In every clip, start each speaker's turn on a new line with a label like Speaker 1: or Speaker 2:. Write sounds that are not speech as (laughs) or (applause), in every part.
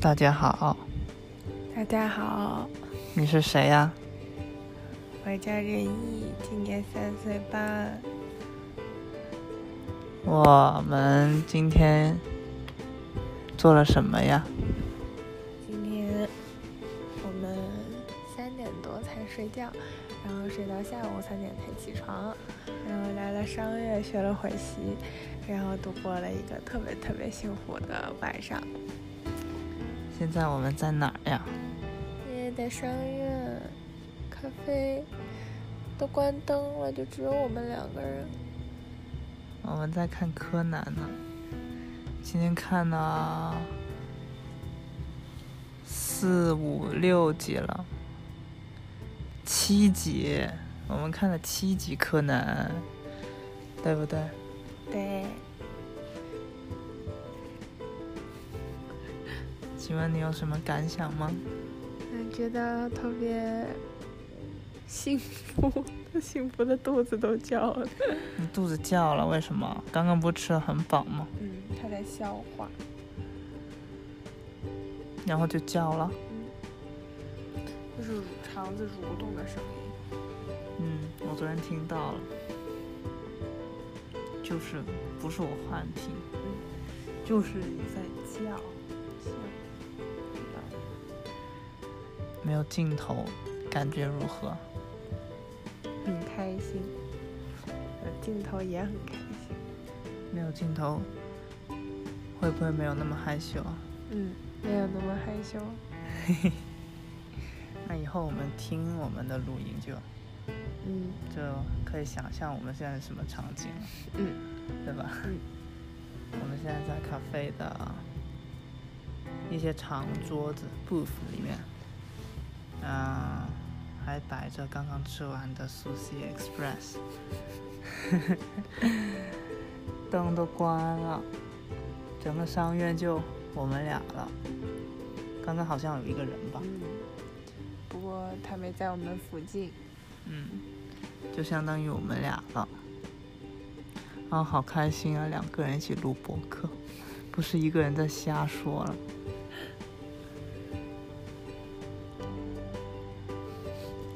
Speaker 1: 大家好，
Speaker 2: 大家好，
Speaker 1: 你是谁呀、
Speaker 2: 我叫任意，今年三岁半。
Speaker 1: 我们今天做了什么呀？
Speaker 2: 今天我们三点多才睡觉，然后睡到下午三点才起床，然后来了商乐学了会习，然后度过了一个特别特别幸福的晚上。
Speaker 1: 现在我们在哪儿呀？
Speaker 2: 因为在商院咖啡都关灯了，就只有我们两个人。
Speaker 1: 我们在看柯南呢。今天看了四五六集了，七集，我们看了七集柯南，对不对？
Speaker 2: 对，
Speaker 1: 请问你有什么感想吗？
Speaker 2: 我嗯觉得特别幸福，幸福的肚子都叫了。
Speaker 1: 你肚子叫了，为什么？刚刚不吃的很饱吗？
Speaker 2: 嗯，他在消化。
Speaker 1: 然后就叫了。
Speaker 2: 就是肠子蠕动的声音。
Speaker 1: 嗯，我昨天听到了，就是不是我幻听，就是你在叫，没有尽头，感觉如何？
Speaker 2: 很开心，我镜头也很开心。
Speaker 1: 没有尽头，会不会没有那么害羞啊？
Speaker 2: 嗯，没有那么害羞。
Speaker 1: 那以后我们听我们的录音就
Speaker 2: 嗯，
Speaker 1: 就可以想象我们现在是什么场景了，
Speaker 2: 嗯，
Speaker 1: 对吧？
Speaker 2: 嗯
Speaker 1: 我们现在在咖啡的一些长桌子 booth 里面，嗯、还摆着刚刚吃完的 Sushi Express，灯都关了，整个商院就我们俩了。刚刚好像有一个人吧，
Speaker 2: 嗯。不过他没在我们附近。
Speaker 1: 嗯，就相当于我们俩了。啊，好开心啊！两个人一起录播客，不是一个人在瞎说了。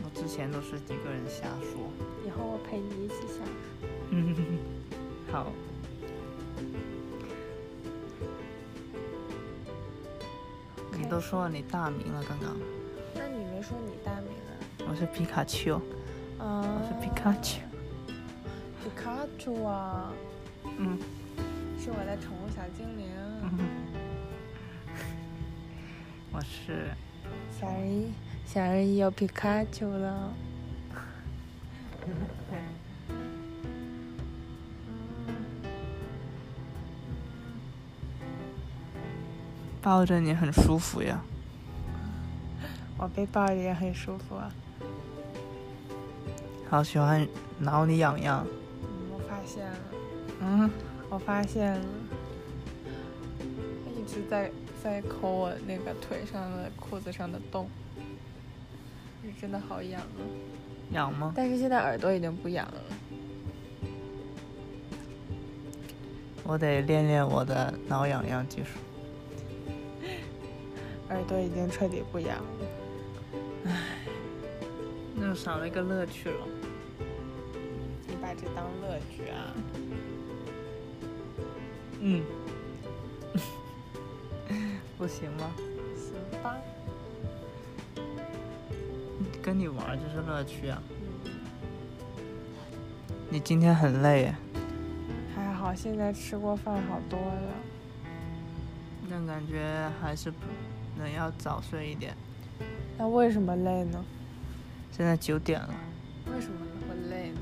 Speaker 1: 我哦之前都是一个人瞎说。
Speaker 2: 以后我陪你一起享受。
Speaker 1: 嗯，好。你都说了你大名了，刚刚
Speaker 2: 那你没说你大名啊？
Speaker 1: 我是皮卡丘，我
Speaker 2: 啊
Speaker 1: 是皮卡丘。
Speaker 2: 皮卡丘啊，
Speaker 1: 嗯。
Speaker 2: 是我的宠物小精灵。
Speaker 1: 我是
Speaker 2: 小人一，小人一有皮卡丘了。
Speaker 1: 抱着你很舒服呀。
Speaker 2: 我被抱着也很舒服啊。
Speaker 1: 好喜欢挠你痒痒。
Speaker 2: 嗯，我发现了，
Speaker 1: 嗯，
Speaker 2: 我发现了，他一直在在抠我那个腿上的裤子上的洞，是真的好痒啊！
Speaker 1: 痒吗？
Speaker 2: 但是现在耳朵已经不痒了。
Speaker 1: 我得练练我的挠痒痒技术。
Speaker 2: 耳朵已经彻底不痒了，
Speaker 1: 那少了一个乐趣了。
Speaker 2: 你把这当乐趣啊？
Speaker 1: 嗯， (laughs) 不行吗？
Speaker 2: 行吧，
Speaker 1: 跟你玩儿就是乐趣啊。
Speaker 2: 嗯，
Speaker 1: 你今天很累耶，
Speaker 2: 还好现在吃过饭好多了，
Speaker 1: 那感觉还是不能要早睡一点。
Speaker 2: 那为什么累呢？
Speaker 1: 现在九点了，
Speaker 2: 为什么会累呢？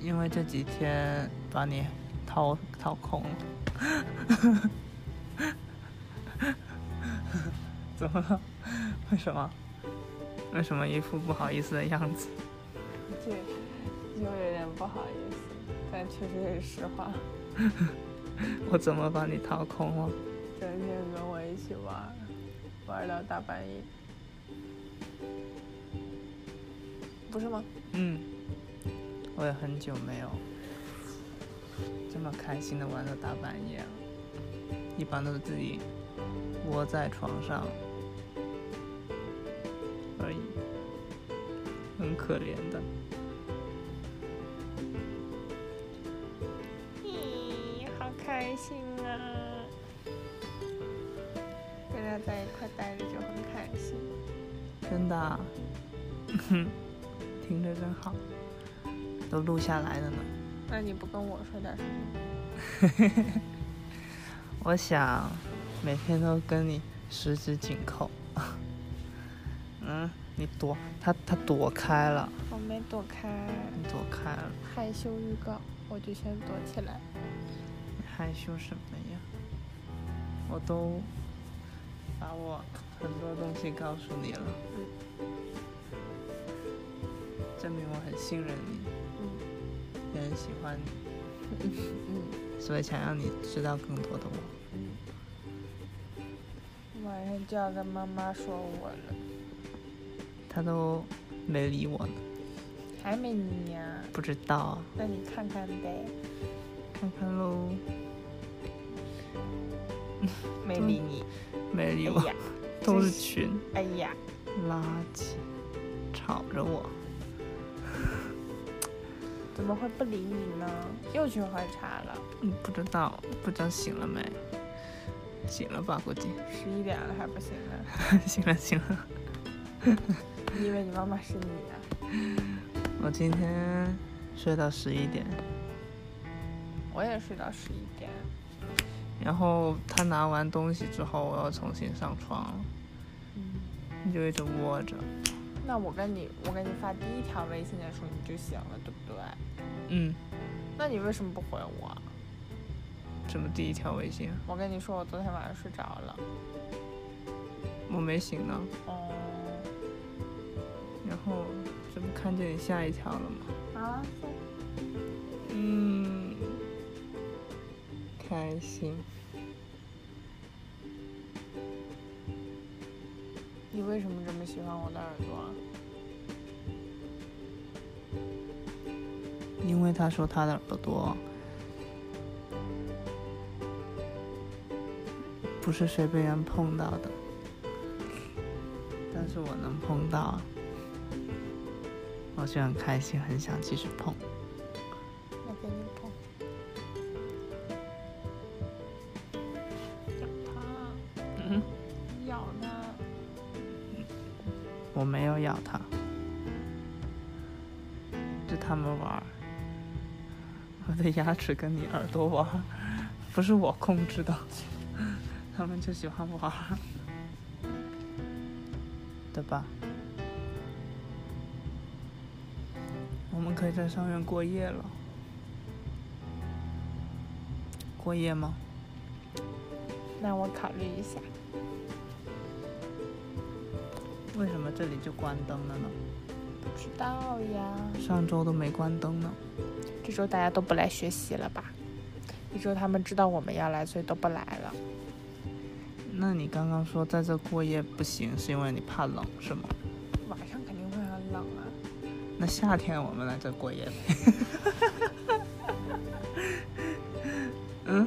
Speaker 1: 因为这几天把你掏掏空了。 (laughs) 怎么了？为什么？为什么一副不好意思的样子？
Speaker 2: 这就有点不好意思，但确实是实话。
Speaker 1: 我怎么把你掏空了？
Speaker 2: 整天跟我一起玩儿，玩儿到大半夜，不是吗？
Speaker 1: 嗯，我也很久没有这么开心的玩到大半夜了，一般都是自己窝在床上而已，很可怜的。
Speaker 2: 咦，好开心啊！大家在一块待着就很开心。
Speaker 1: 真的 (laughs) 啊，哼，听着真好，都录下来了呢。
Speaker 2: 那你不跟我说点什么？
Speaker 1: 我想每天都跟你十指紧扣。 (laughs) 嗯，你躲他，他躲开了，
Speaker 2: 我没躲开，
Speaker 1: 你躲开了，
Speaker 2: 害羞预告，我就先躲起来。
Speaker 1: 你害羞什么呀？我都把我很多东西告诉你了，证明我很信任你，
Speaker 2: 嗯
Speaker 1: 也很喜欢你，
Speaker 2: 嗯
Speaker 1: 所以想让你知道更多的我。
Speaker 2: 嗯。晚上就要跟妈妈说我了，
Speaker 1: 他都没理我呢，
Speaker 2: 还没你呀、
Speaker 1: 不知道啊。
Speaker 2: 那你看看呗，
Speaker 1: 看看喽，
Speaker 2: 没理你。
Speaker 1: 没理我，
Speaker 2: 哎呀，
Speaker 1: 都是群
Speaker 2: 哎呀，
Speaker 1: 垃圾，吵着我。
Speaker 2: 怎么会不理你呢？又去喝茶了，
Speaker 1: 嗯，不知道，不知道醒了没？醒了吧，估计。
Speaker 2: 十一点了还不行 (laughs) 呢？
Speaker 1: (laughs) 醒了，醒了。
Speaker 2: 你以为你妈妈是你啊？
Speaker 1: 我今天睡到十一点，
Speaker 2: 我也睡到十一点，
Speaker 1: 然后他拿完东西之后，我又重新上床了，
Speaker 2: 嗯，
Speaker 1: 你就一直窝着。
Speaker 2: 那我跟你，我给你发第一条微信的时候你就醒了，对不对？
Speaker 1: 嗯，
Speaker 2: 那你为什么不回我？
Speaker 1: 怎么第一条微信啊？
Speaker 2: 我跟你说，我昨天晚上睡着了。
Speaker 1: 我没醒呢，
Speaker 2: 哦、
Speaker 1: 然后这不看见你下一条了吗？
Speaker 2: 啊，
Speaker 1: 嗯，开心。
Speaker 2: 你为什么这么喜欢我的耳朵？
Speaker 1: 因为他说他的耳朵不是随便人碰到的，但是我能碰到，我就很开心，很想继续碰。
Speaker 2: 我给你碰。咬它，
Speaker 1: 嗯，
Speaker 2: 咬它。
Speaker 1: 我没有咬他，是他们玩儿，我的牙齿跟你耳朵玩儿，不是我控制的，他们就喜欢玩儿，对吧？我们可以在上院过夜了，过夜吗？
Speaker 2: 那我考虑一下，
Speaker 1: 为什么这里就关灯了呢？
Speaker 2: 不知道呀。
Speaker 1: 上周都没关灯呢。
Speaker 2: 这周大家都不来学习了吧？这周他们知道我们要来，所以都不来了。
Speaker 1: 那你刚刚说在这过夜不行，是因为你怕冷是吗？
Speaker 2: 晚上肯定会很冷啊。
Speaker 1: 那夏天我们来这过夜呗。 (laughs) 嗯，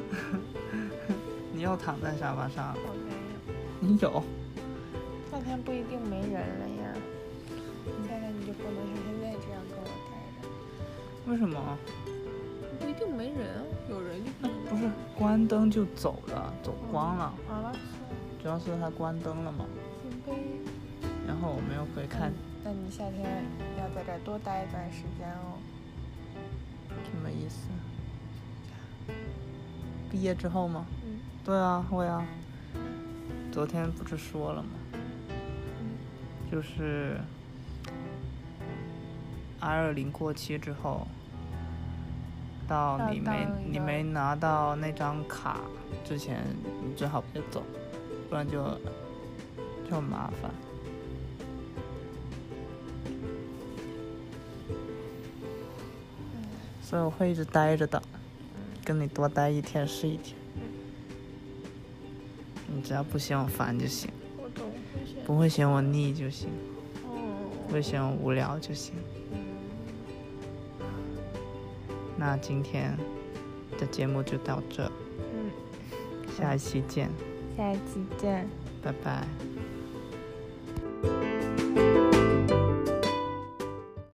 Speaker 1: 你又躺在沙发上了，
Speaker 2: 我没有，
Speaker 1: 你有？
Speaker 2: 夏天不一定没人了呀。你夏天你就不能像现在这样跟我待着，
Speaker 1: 为什么？
Speaker 2: 不一定没人啊，有人就不能
Speaker 1: 不是关灯就走了，走光了，
Speaker 2: 好了，
Speaker 1: 主要是他关灯了嘛。
Speaker 2: 行呗。
Speaker 1: 然后我们又可以看
Speaker 2: 那你夏天要在这儿多待一段时间哦。
Speaker 1: 什么意思？毕业之后吗？
Speaker 2: 嗯，
Speaker 1: 对啊，会啊。昨天不是说了吗？就是阿尔林过期之后，到
Speaker 2: 到
Speaker 1: 你没
Speaker 2: 到一
Speaker 1: 你
Speaker 2: 个
Speaker 1: 没拿到那张卡之前，你最好别走，不然就就很麻烦。
Speaker 2: 嗯
Speaker 1: 所以我会一直待着的，跟你多待一天是一天。你只要不嫌我烦就行，
Speaker 2: 我懂。
Speaker 1: 不会哦嫌我腻就行，不会
Speaker 2: 嗯
Speaker 1: 嫌我无聊就行。那今天的节目就到这，
Speaker 2: 嗯，
Speaker 1: 下一期见，
Speaker 3: 下一期见。
Speaker 2: 拜拜。